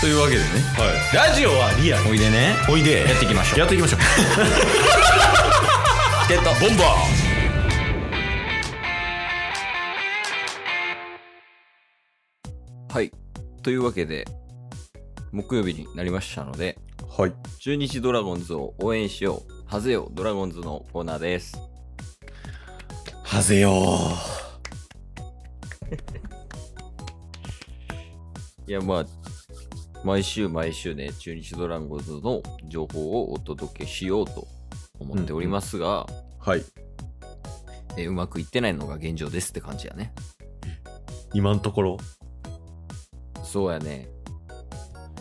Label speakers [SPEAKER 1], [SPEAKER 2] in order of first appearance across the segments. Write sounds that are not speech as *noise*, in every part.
[SPEAKER 1] というわけでね
[SPEAKER 2] ラジオはリアル
[SPEAKER 1] おいでね
[SPEAKER 2] おいで
[SPEAKER 1] やっていきましょう
[SPEAKER 2] やっていきましょう
[SPEAKER 1] チケットボンバーはいというわけで木曜日になりましたので
[SPEAKER 2] はい
[SPEAKER 1] 中日ドラゴンズを応援しようハゼよドラゴンズのコーナーです
[SPEAKER 2] はぜよ
[SPEAKER 1] いやまあ毎週毎週ね中日ドラゴンズの情報をお届けしようと思っておりますが、
[SPEAKER 2] はい
[SPEAKER 1] えうまくいってないのが現状ですって感じやね
[SPEAKER 2] 今のところ
[SPEAKER 1] そうやね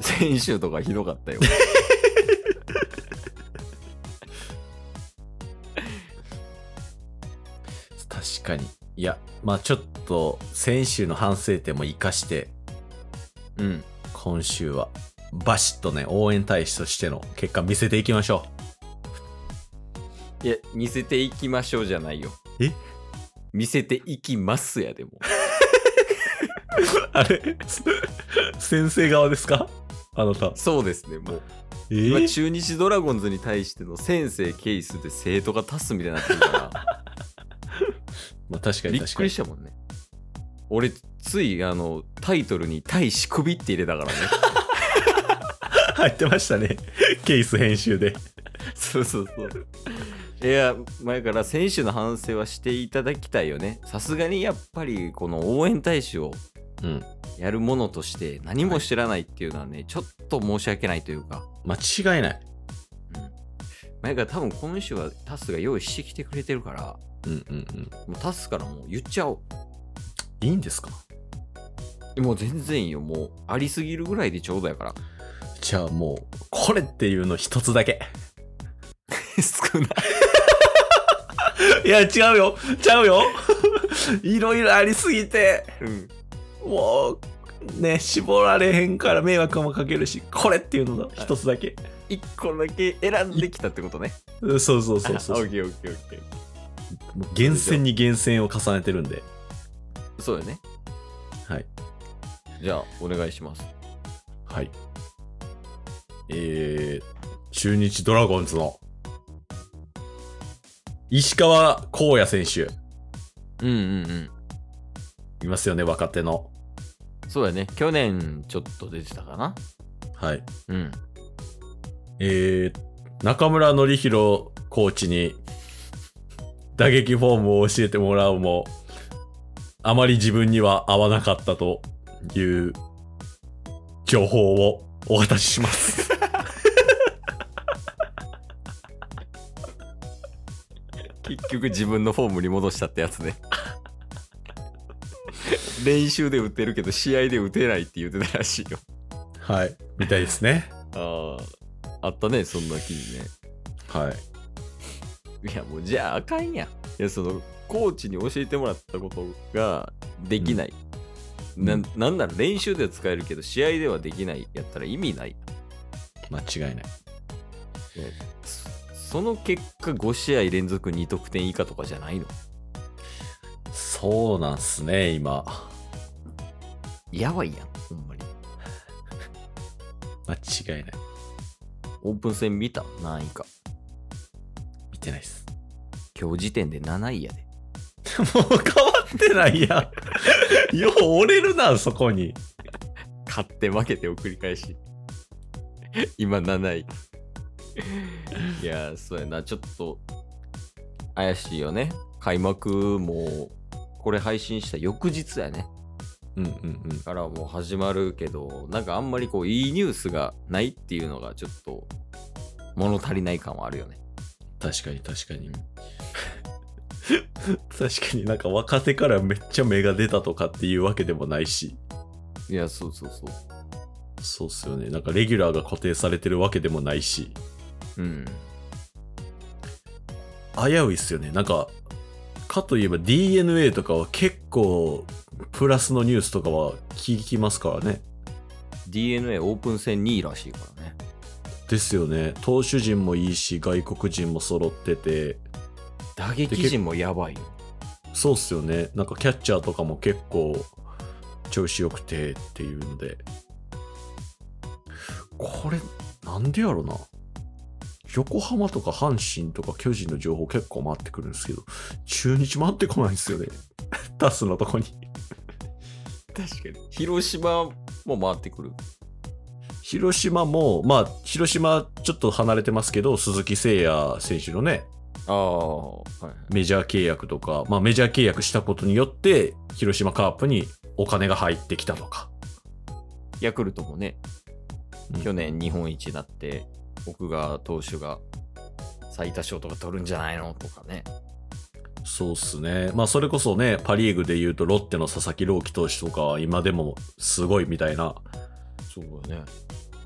[SPEAKER 1] 先週とかひどかったよ
[SPEAKER 2] 確かにいやまあちょっと先週の反省点も生かして
[SPEAKER 1] *laughs* うん
[SPEAKER 2] 今週はバシッとね応援大使としての結果見せていきましょ
[SPEAKER 1] いや、見せていきましょうじゃないよ。
[SPEAKER 2] え
[SPEAKER 1] 見せていきますやでも。
[SPEAKER 2] う *laughs* あれ先生側ですかあなた
[SPEAKER 1] そうですね、もう。
[SPEAKER 2] え
[SPEAKER 1] 今、
[SPEAKER 2] ー、
[SPEAKER 1] 中日ドラゴンズに対しての先生ケースで生徒が足すみたいにな *laughs* ってるか、
[SPEAKER 2] まあ確から
[SPEAKER 1] びっ
[SPEAKER 2] に確か
[SPEAKER 1] く
[SPEAKER 2] に
[SPEAKER 1] りしたもんね。俺、つい、あの、タイトルに、対仕組って入れたからね。
[SPEAKER 2] *laughs* 入ってましたねケース編集で
[SPEAKER 1] *laughs* そうそうそう。いや、前から選手の反省はしていただきたいよね。さすがにやっぱり、この応援大使を
[SPEAKER 2] うん
[SPEAKER 1] やるものとして何も知らないっていうのはね、ちょっと申し訳ないというか。
[SPEAKER 2] 間違いない
[SPEAKER 1] まあやから多分今週はタスが用意してきてくれてるから、
[SPEAKER 2] うんうんうん
[SPEAKER 1] もうタスからもう言っちゃお
[SPEAKER 2] いいんですか
[SPEAKER 1] う。もう全然いいよ。もうありすぎるぐらいでちょうどやから。
[SPEAKER 2] じゃあもうこれっていうの一つだけ
[SPEAKER 1] *laughs* 少ない。
[SPEAKER 2] いや違うよ違うよ *laughs* いろいろありすぎて
[SPEAKER 1] うん。
[SPEAKER 2] もうね絞られへんから迷惑もかけるしこれっていうのだ一つだけ
[SPEAKER 1] 一個だけ選んできたってことね。
[SPEAKER 2] そうそうそうそうそ
[SPEAKER 1] オ
[SPEAKER 2] う
[SPEAKER 1] ッケーオッケーオッケー。
[SPEAKER 2] もう厳選に厳選を重ねてるんで
[SPEAKER 1] そうよね。
[SPEAKER 2] はい
[SPEAKER 1] じゃあ、お願いします。
[SPEAKER 2] はいえー、中日ドラゴンズの石川昂也選手
[SPEAKER 1] うんうんうん。
[SPEAKER 2] いますよね若手の
[SPEAKER 1] そうやね。去年ちょっと出てたかな。
[SPEAKER 2] はい
[SPEAKER 1] うん。
[SPEAKER 2] えー、中村典弘コーチに打撃フォームを教えてもらうも、あまり自分には合わなかったという情報をお渡しします。 *laughs*
[SPEAKER 1] 結局自分のフォームに戻したってやつ *laughs* ね。練習で打てるけど試合で打てないって言ってたらしいよ。
[SPEAKER 2] はい。みたいですね。
[SPEAKER 1] ああ、あったね、そんな記事ね。
[SPEAKER 2] はい。
[SPEAKER 1] いや、もうじゃああかんやん。いや、その、コーチに教えてもらったことができない。
[SPEAKER 2] うん
[SPEAKER 1] な
[SPEAKER 2] うん
[SPEAKER 1] なんなら練習では使えるけど、試合ではできないやったら意味ない。
[SPEAKER 2] 間違いない。
[SPEAKER 1] そその結果、5試合連続2得点以下とかじゃないの。
[SPEAKER 2] そうなんすね、今。
[SPEAKER 1] やばいやん、ほんまに。
[SPEAKER 2] 間違いない。
[SPEAKER 1] オープン戦見た何位か。
[SPEAKER 2] 見てないっす。
[SPEAKER 1] 今日時点で7位やで。
[SPEAKER 2] もう変わってないやん。 *laughs* よう折れるな、そこに。
[SPEAKER 1] 勝って負けてを繰り返し *laughs* 今7位いやーそうやなちょっと怪しいよね開幕もこれ配信した翌日やね
[SPEAKER 2] うんうんうん。
[SPEAKER 1] からもう始まるけどなんかあんまりこういいニュースがないっていうのがちょっと物足りない感はあるよね
[SPEAKER 2] 確かに確かに *laughs* 確かになんか若手からめっちゃ芽が出たとかっていうわけでもないし
[SPEAKER 1] いやそうそうそ
[SPEAKER 2] そうっすよねなんかレギュラーが固定されてるわけでもないし
[SPEAKER 1] ううん
[SPEAKER 2] 危ういっすよねなんかかといえば DNA とかは結構プラスのニュースとかは聞きますからね
[SPEAKER 1] DNA オープン戦2位らしいからね
[SPEAKER 2] ですよね投手陣もいいし外国人も揃ってて
[SPEAKER 1] 打撃陣もやばいよ
[SPEAKER 2] そうっすよねなんかキャッチャーとかも結構調子よくてっていうのでこれ、なんでやろな。横浜とか阪神とか巨人の情報結構回ってくるんですけど、中日回ってこないんですよね。 *laughs* タスのとこに。
[SPEAKER 1] 確かに。広島も回ってくる。
[SPEAKER 2] 広島も、まあ、広島ちょっと離れてますけど、鈴木誠也選手のね、
[SPEAKER 1] ああ、はいはい。
[SPEAKER 2] メジャー契約とか、まあ、メジャー契約したことによって、広島カープにお金が入ってきたとか。
[SPEAKER 1] ヤクルトもね、
[SPEAKER 2] うん
[SPEAKER 1] 去年日本一になって、奥川投手が最多勝とか取るんじゃないのとかね。
[SPEAKER 2] そうっすね。まあ、それこそね、パ・リーグで言うと、ロッテの佐々木朗希投手とかは今でもすごいみたいな。
[SPEAKER 1] そうだね。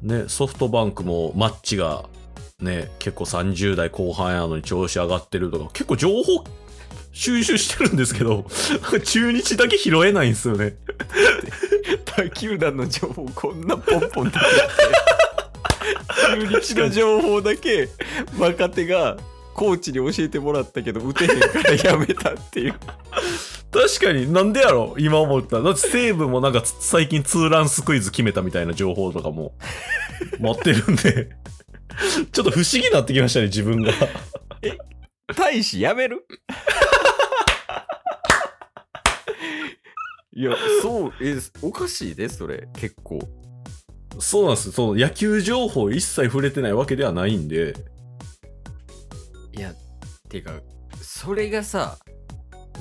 [SPEAKER 2] ね、ソフトバンクもマッチが、ね、結構30代後半やのに調子上がってるとか、結構情報収集してるんですけど、 *laughs* 中日だけ拾えないんですよね。
[SPEAKER 1] 他球団の情報こんなポンポン出てきて *laughs* 中日の情報だけ若手がコーチに教えてもらったけど打てへんからやめたっていう
[SPEAKER 2] 確かになんでやろ今思ったら。だって西武もなんかつ最近ツーランスクイズ決めたみたいな情報とか *laughs* も持ってるんで、ちょっと不思議になってきましたね、自分が。
[SPEAKER 1] 大使やめる *laughs* いやそうえおかしいでそれ結構
[SPEAKER 2] そうなんですそう野球情報一切触れてないわけではないんで、
[SPEAKER 1] いやてかそれがさ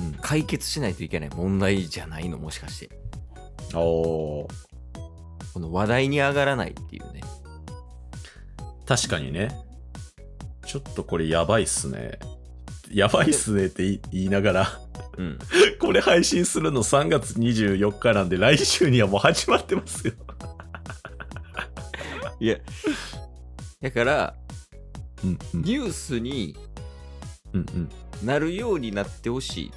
[SPEAKER 2] うん、
[SPEAKER 1] 解決しないといけない問題じゃないのもしかして
[SPEAKER 2] あー
[SPEAKER 1] この話題に上がらないっていうね
[SPEAKER 2] 確かにね。ちょっとこれやばいっすね。やばいっすねって言い言いながら、
[SPEAKER 1] うん
[SPEAKER 2] これ配信するの3月24日なんで、来週にはもう始まってますよ。
[SPEAKER 1] いやだから
[SPEAKER 2] うんうん
[SPEAKER 1] ニュースに
[SPEAKER 2] うんうん。
[SPEAKER 1] なるようになってほしい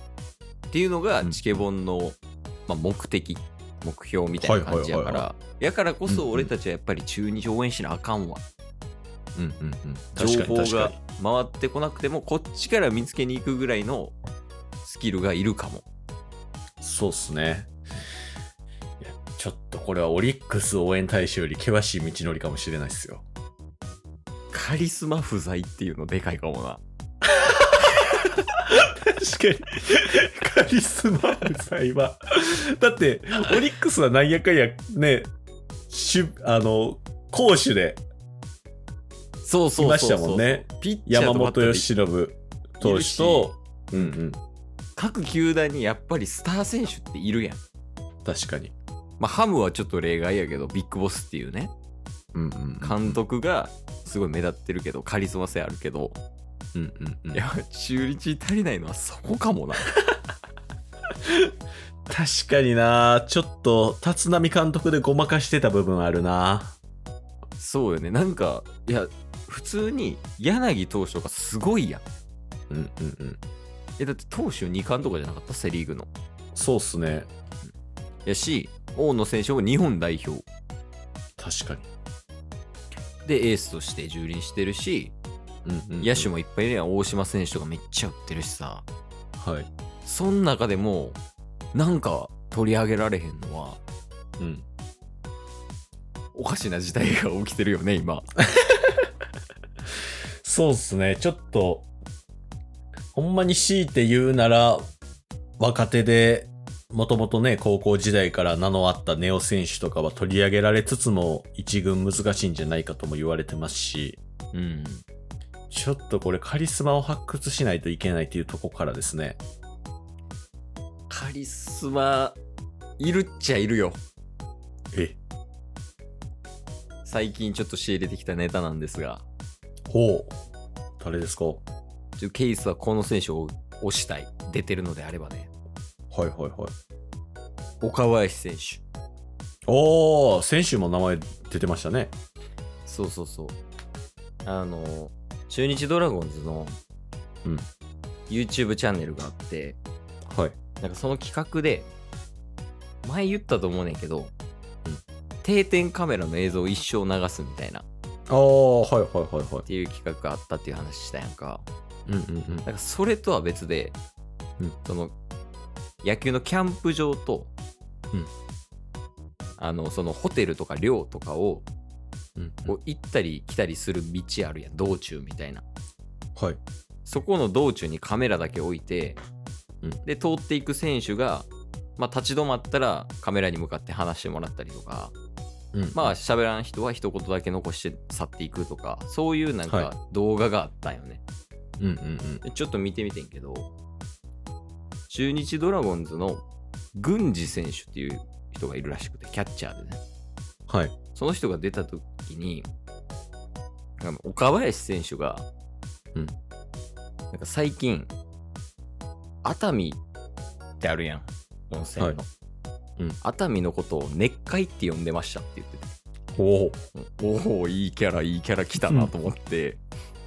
[SPEAKER 1] っていうのが
[SPEAKER 2] うん
[SPEAKER 1] チケボンの、まあ、目的目標みたいな感じやか
[SPEAKER 2] はいはいはい
[SPEAKER 1] らやからこ
[SPEAKER 2] うんう
[SPEAKER 1] そ
[SPEAKER 2] ん
[SPEAKER 1] 俺たちはやっぱり中日応援しなあかんわ、
[SPEAKER 2] うんうんうん。
[SPEAKER 1] 情
[SPEAKER 2] 確か
[SPEAKER 1] 報
[SPEAKER 2] に確か
[SPEAKER 1] が
[SPEAKER 2] に。
[SPEAKER 1] 回ってこなくてもこっちから見つけに行くぐらいのスキルがいるかも
[SPEAKER 2] そうっすね。いやちょっとこれはオリックス応援大使より険しい道のりかもしれないっすよ。
[SPEAKER 1] カリスマ不在っていうのでかいかもな
[SPEAKER 2] 確かに。カ *laughs* リスマ不在は。だって、オリックスはなんやかんや、ね、しゅあの、攻守で
[SPEAKER 1] そうそうそうそう
[SPEAKER 2] いましたもんね
[SPEAKER 1] ピッチャー
[SPEAKER 2] 山
[SPEAKER 1] とバッター
[SPEAKER 2] 本由
[SPEAKER 1] で
[SPEAKER 2] 伸投手と、うんうん、
[SPEAKER 1] 各球団にやっぱりスター選手っているやん、
[SPEAKER 2] 確かに。
[SPEAKER 1] まあ、ハムはちょっと例外やけどビッグボスっていうね
[SPEAKER 2] うんうん
[SPEAKER 1] 監督がすごい目立ってるけどカリスマ性あるけど
[SPEAKER 2] うんうんうん
[SPEAKER 1] いや中日足りないのはそこかもな
[SPEAKER 2] 確かになちょっと立浪監督でごまかしてた部分あるな
[SPEAKER 1] そうよねなんかいや普通に柳投手とかすごいやん
[SPEAKER 2] うんうんうん
[SPEAKER 1] えだって投手2冠とかじゃなかったセ・リーグの
[SPEAKER 2] そうっすね
[SPEAKER 1] やし大野選手も日本代表
[SPEAKER 2] 確かに
[SPEAKER 1] でエースとして蹂躙してるし
[SPEAKER 2] うんうん
[SPEAKER 1] 野手もいっぱいいるやん大島選手とかめっちゃ打ってるしさ
[SPEAKER 2] はい
[SPEAKER 1] そん中でもなんか取り上げられへんのは
[SPEAKER 2] うん
[SPEAKER 1] おかしな事態が起きてるよね今
[SPEAKER 2] そうっすねちょっとほんまに強いて言うなら若手でもともとね高校時代から名のあったネオ選手とかは取り上げられつつも一軍難しいんじゃないかとも言われてますし
[SPEAKER 1] うん
[SPEAKER 2] ちょっとこれカリスマを発掘しないといけないっていうとこからですね。
[SPEAKER 1] カリスマいるっちゃいるよ
[SPEAKER 2] え
[SPEAKER 1] 最近ちょっと仕入れてきたネタなんですが
[SPEAKER 2] ほう。誰ですかは
[SPEAKER 1] ちょケイスはこの選手を推したい出てるのであればね
[SPEAKER 2] いはいはい。
[SPEAKER 1] 岡林選手
[SPEAKER 2] おー、先週も名前出てましたね。
[SPEAKER 1] そうそうそうあの中日ドラゴンズの
[SPEAKER 2] うん
[SPEAKER 1] YouTube チャンネルがあって、
[SPEAKER 2] はい。
[SPEAKER 1] なんかその企画で前言ったと思うねんけど、
[SPEAKER 2] うん
[SPEAKER 1] 定点カメラの映像を一生流すみたいなっ
[SPEAKER 2] あー、はいはいはいは
[SPEAKER 1] ていう企画があったっていう話したやんか
[SPEAKER 2] い。うんうんうん。
[SPEAKER 1] なんかそれとは別で、
[SPEAKER 2] うん
[SPEAKER 1] その野球のキャンプ場と、
[SPEAKER 2] うん
[SPEAKER 1] あのそのホテルとか寮とかを
[SPEAKER 2] うん
[SPEAKER 1] こう行ったり来たりする道あるやん道中みたいな
[SPEAKER 2] はい。
[SPEAKER 1] そこの道中にカメラだけ置いて、
[SPEAKER 2] うん
[SPEAKER 1] で通っていく選手が、まあ、立ち止まったらカメラに向かって話してもらったりとか
[SPEAKER 2] うん
[SPEAKER 1] まあ喋らん人は一言だけ残して去っていくとかそういうなん
[SPEAKER 2] は
[SPEAKER 1] か動画があったんよね、
[SPEAKER 2] うんうんうん。
[SPEAKER 1] でちょっと見てみてんけど、中日ドラゴンズの郡司選手っていう人がいるらしくて、キャッチャーでね。
[SPEAKER 2] はい。
[SPEAKER 1] その人が出た時に、なんか岡林選手が、
[SPEAKER 2] うん
[SPEAKER 1] なんか最近、熱海ってあるやん、温泉の。
[SPEAKER 2] はいうん
[SPEAKER 1] 熱海のことを熱海って呼んでましたって言ってて。
[SPEAKER 2] おお。
[SPEAKER 1] おおいいキャラいいキャラ来たなと思 *laughs* って、
[SPEAKER 2] うん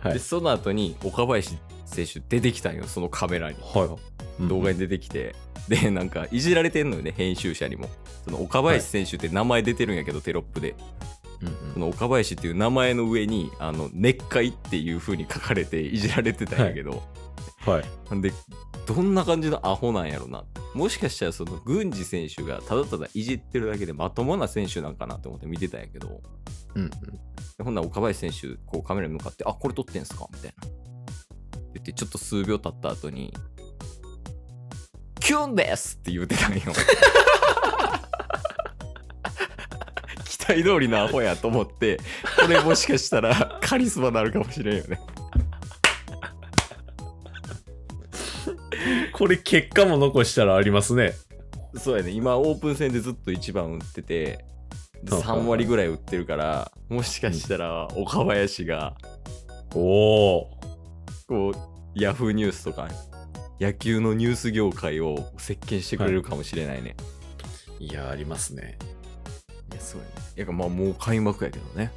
[SPEAKER 2] はい
[SPEAKER 1] でその後に岡林選手出てきたんよそのカメラに
[SPEAKER 2] はい。
[SPEAKER 1] 動画に出てきて、でなんかいじられてんのよね編集者にもその岡林選手って名前出てるんやけど、テロップで
[SPEAKER 2] うんうん
[SPEAKER 1] その岡林っていう名前の上に「あの熱海」っていう風に書かれていじられてたんやけど、
[SPEAKER 2] はい。
[SPEAKER 1] なんでどんな感じのアホなんやろなもしかしたらその郡司選手がただただいじってるだけでまともな選手なんかなって思って見てたんやけど、
[SPEAKER 2] うんうん。
[SPEAKER 1] でほんなら岡林選手、こうカメラに向かって、あ、これ撮ってんすかみたいな。言って、ちょっと数秒経った後に、キュンですって言うてたんよ。 *laughs* 期待通りのアホやと思って、これもしかしたらカリスマになるかもしれんよね。
[SPEAKER 2] これ結果も残したらありますね。
[SPEAKER 1] そうやね、今オープン戦でずっと1番打ってて、で
[SPEAKER 2] そうそうそう
[SPEAKER 1] 3割ぐらい打ってるから、もしかしたら岡林が、
[SPEAKER 2] おお。
[SPEAKER 1] こう、ヤフーニュースとか、野球のニュース業界を席巻してくれるかもしれないね。
[SPEAKER 2] いや、ありますね。
[SPEAKER 1] い、や、そうやね。いや、まあ、もう開幕やけどね。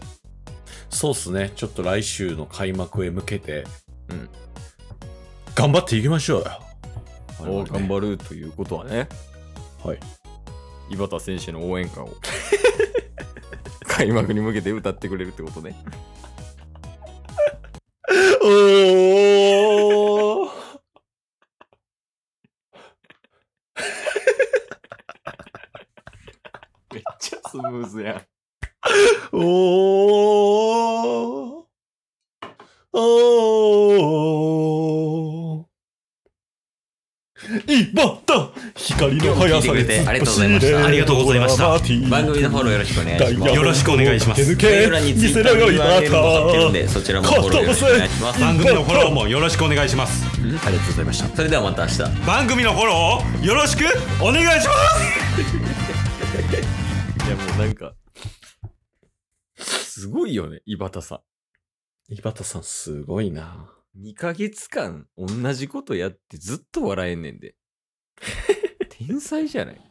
[SPEAKER 2] そうっすね。ちょっと来週の開幕へ向けて、
[SPEAKER 1] うん。
[SPEAKER 2] 頑張っていきましょうよ。
[SPEAKER 1] おー頑張るということはね、
[SPEAKER 2] る。はい。
[SPEAKER 1] 井端選手の応援歌を *laughs* 開幕に向けて歌ってくれるってことね。
[SPEAKER 2] おお。
[SPEAKER 1] めっちゃスムーズやん。
[SPEAKER 2] おーおーいばった光の速さで突っ走れ
[SPEAKER 3] ありがとうございましたあ
[SPEAKER 2] 番組の
[SPEAKER 3] フォローよろしくお願
[SPEAKER 2] ダイヤ
[SPEAKER 3] よろしくお願いします
[SPEAKER 2] 抜
[SPEAKER 3] 概
[SPEAKER 2] け
[SPEAKER 3] 要欄に
[SPEAKER 2] 見せらがいばった
[SPEAKER 1] で、そちら
[SPEAKER 2] もフォローよろしくお願い
[SPEAKER 1] します。
[SPEAKER 3] 番組のフォローもよろしくお願いします
[SPEAKER 1] ありがとうございました。それではまた明日。
[SPEAKER 3] 番組のフォローをよろしくお願いします
[SPEAKER 1] いやもうなんか、すごいよね、井端さ。
[SPEAKER 2] 井端さんすごいなん
[SPEAKER 1] 2ヶ月 *laughs* 間同じことやってずっと笑えんねんで。天才じゃない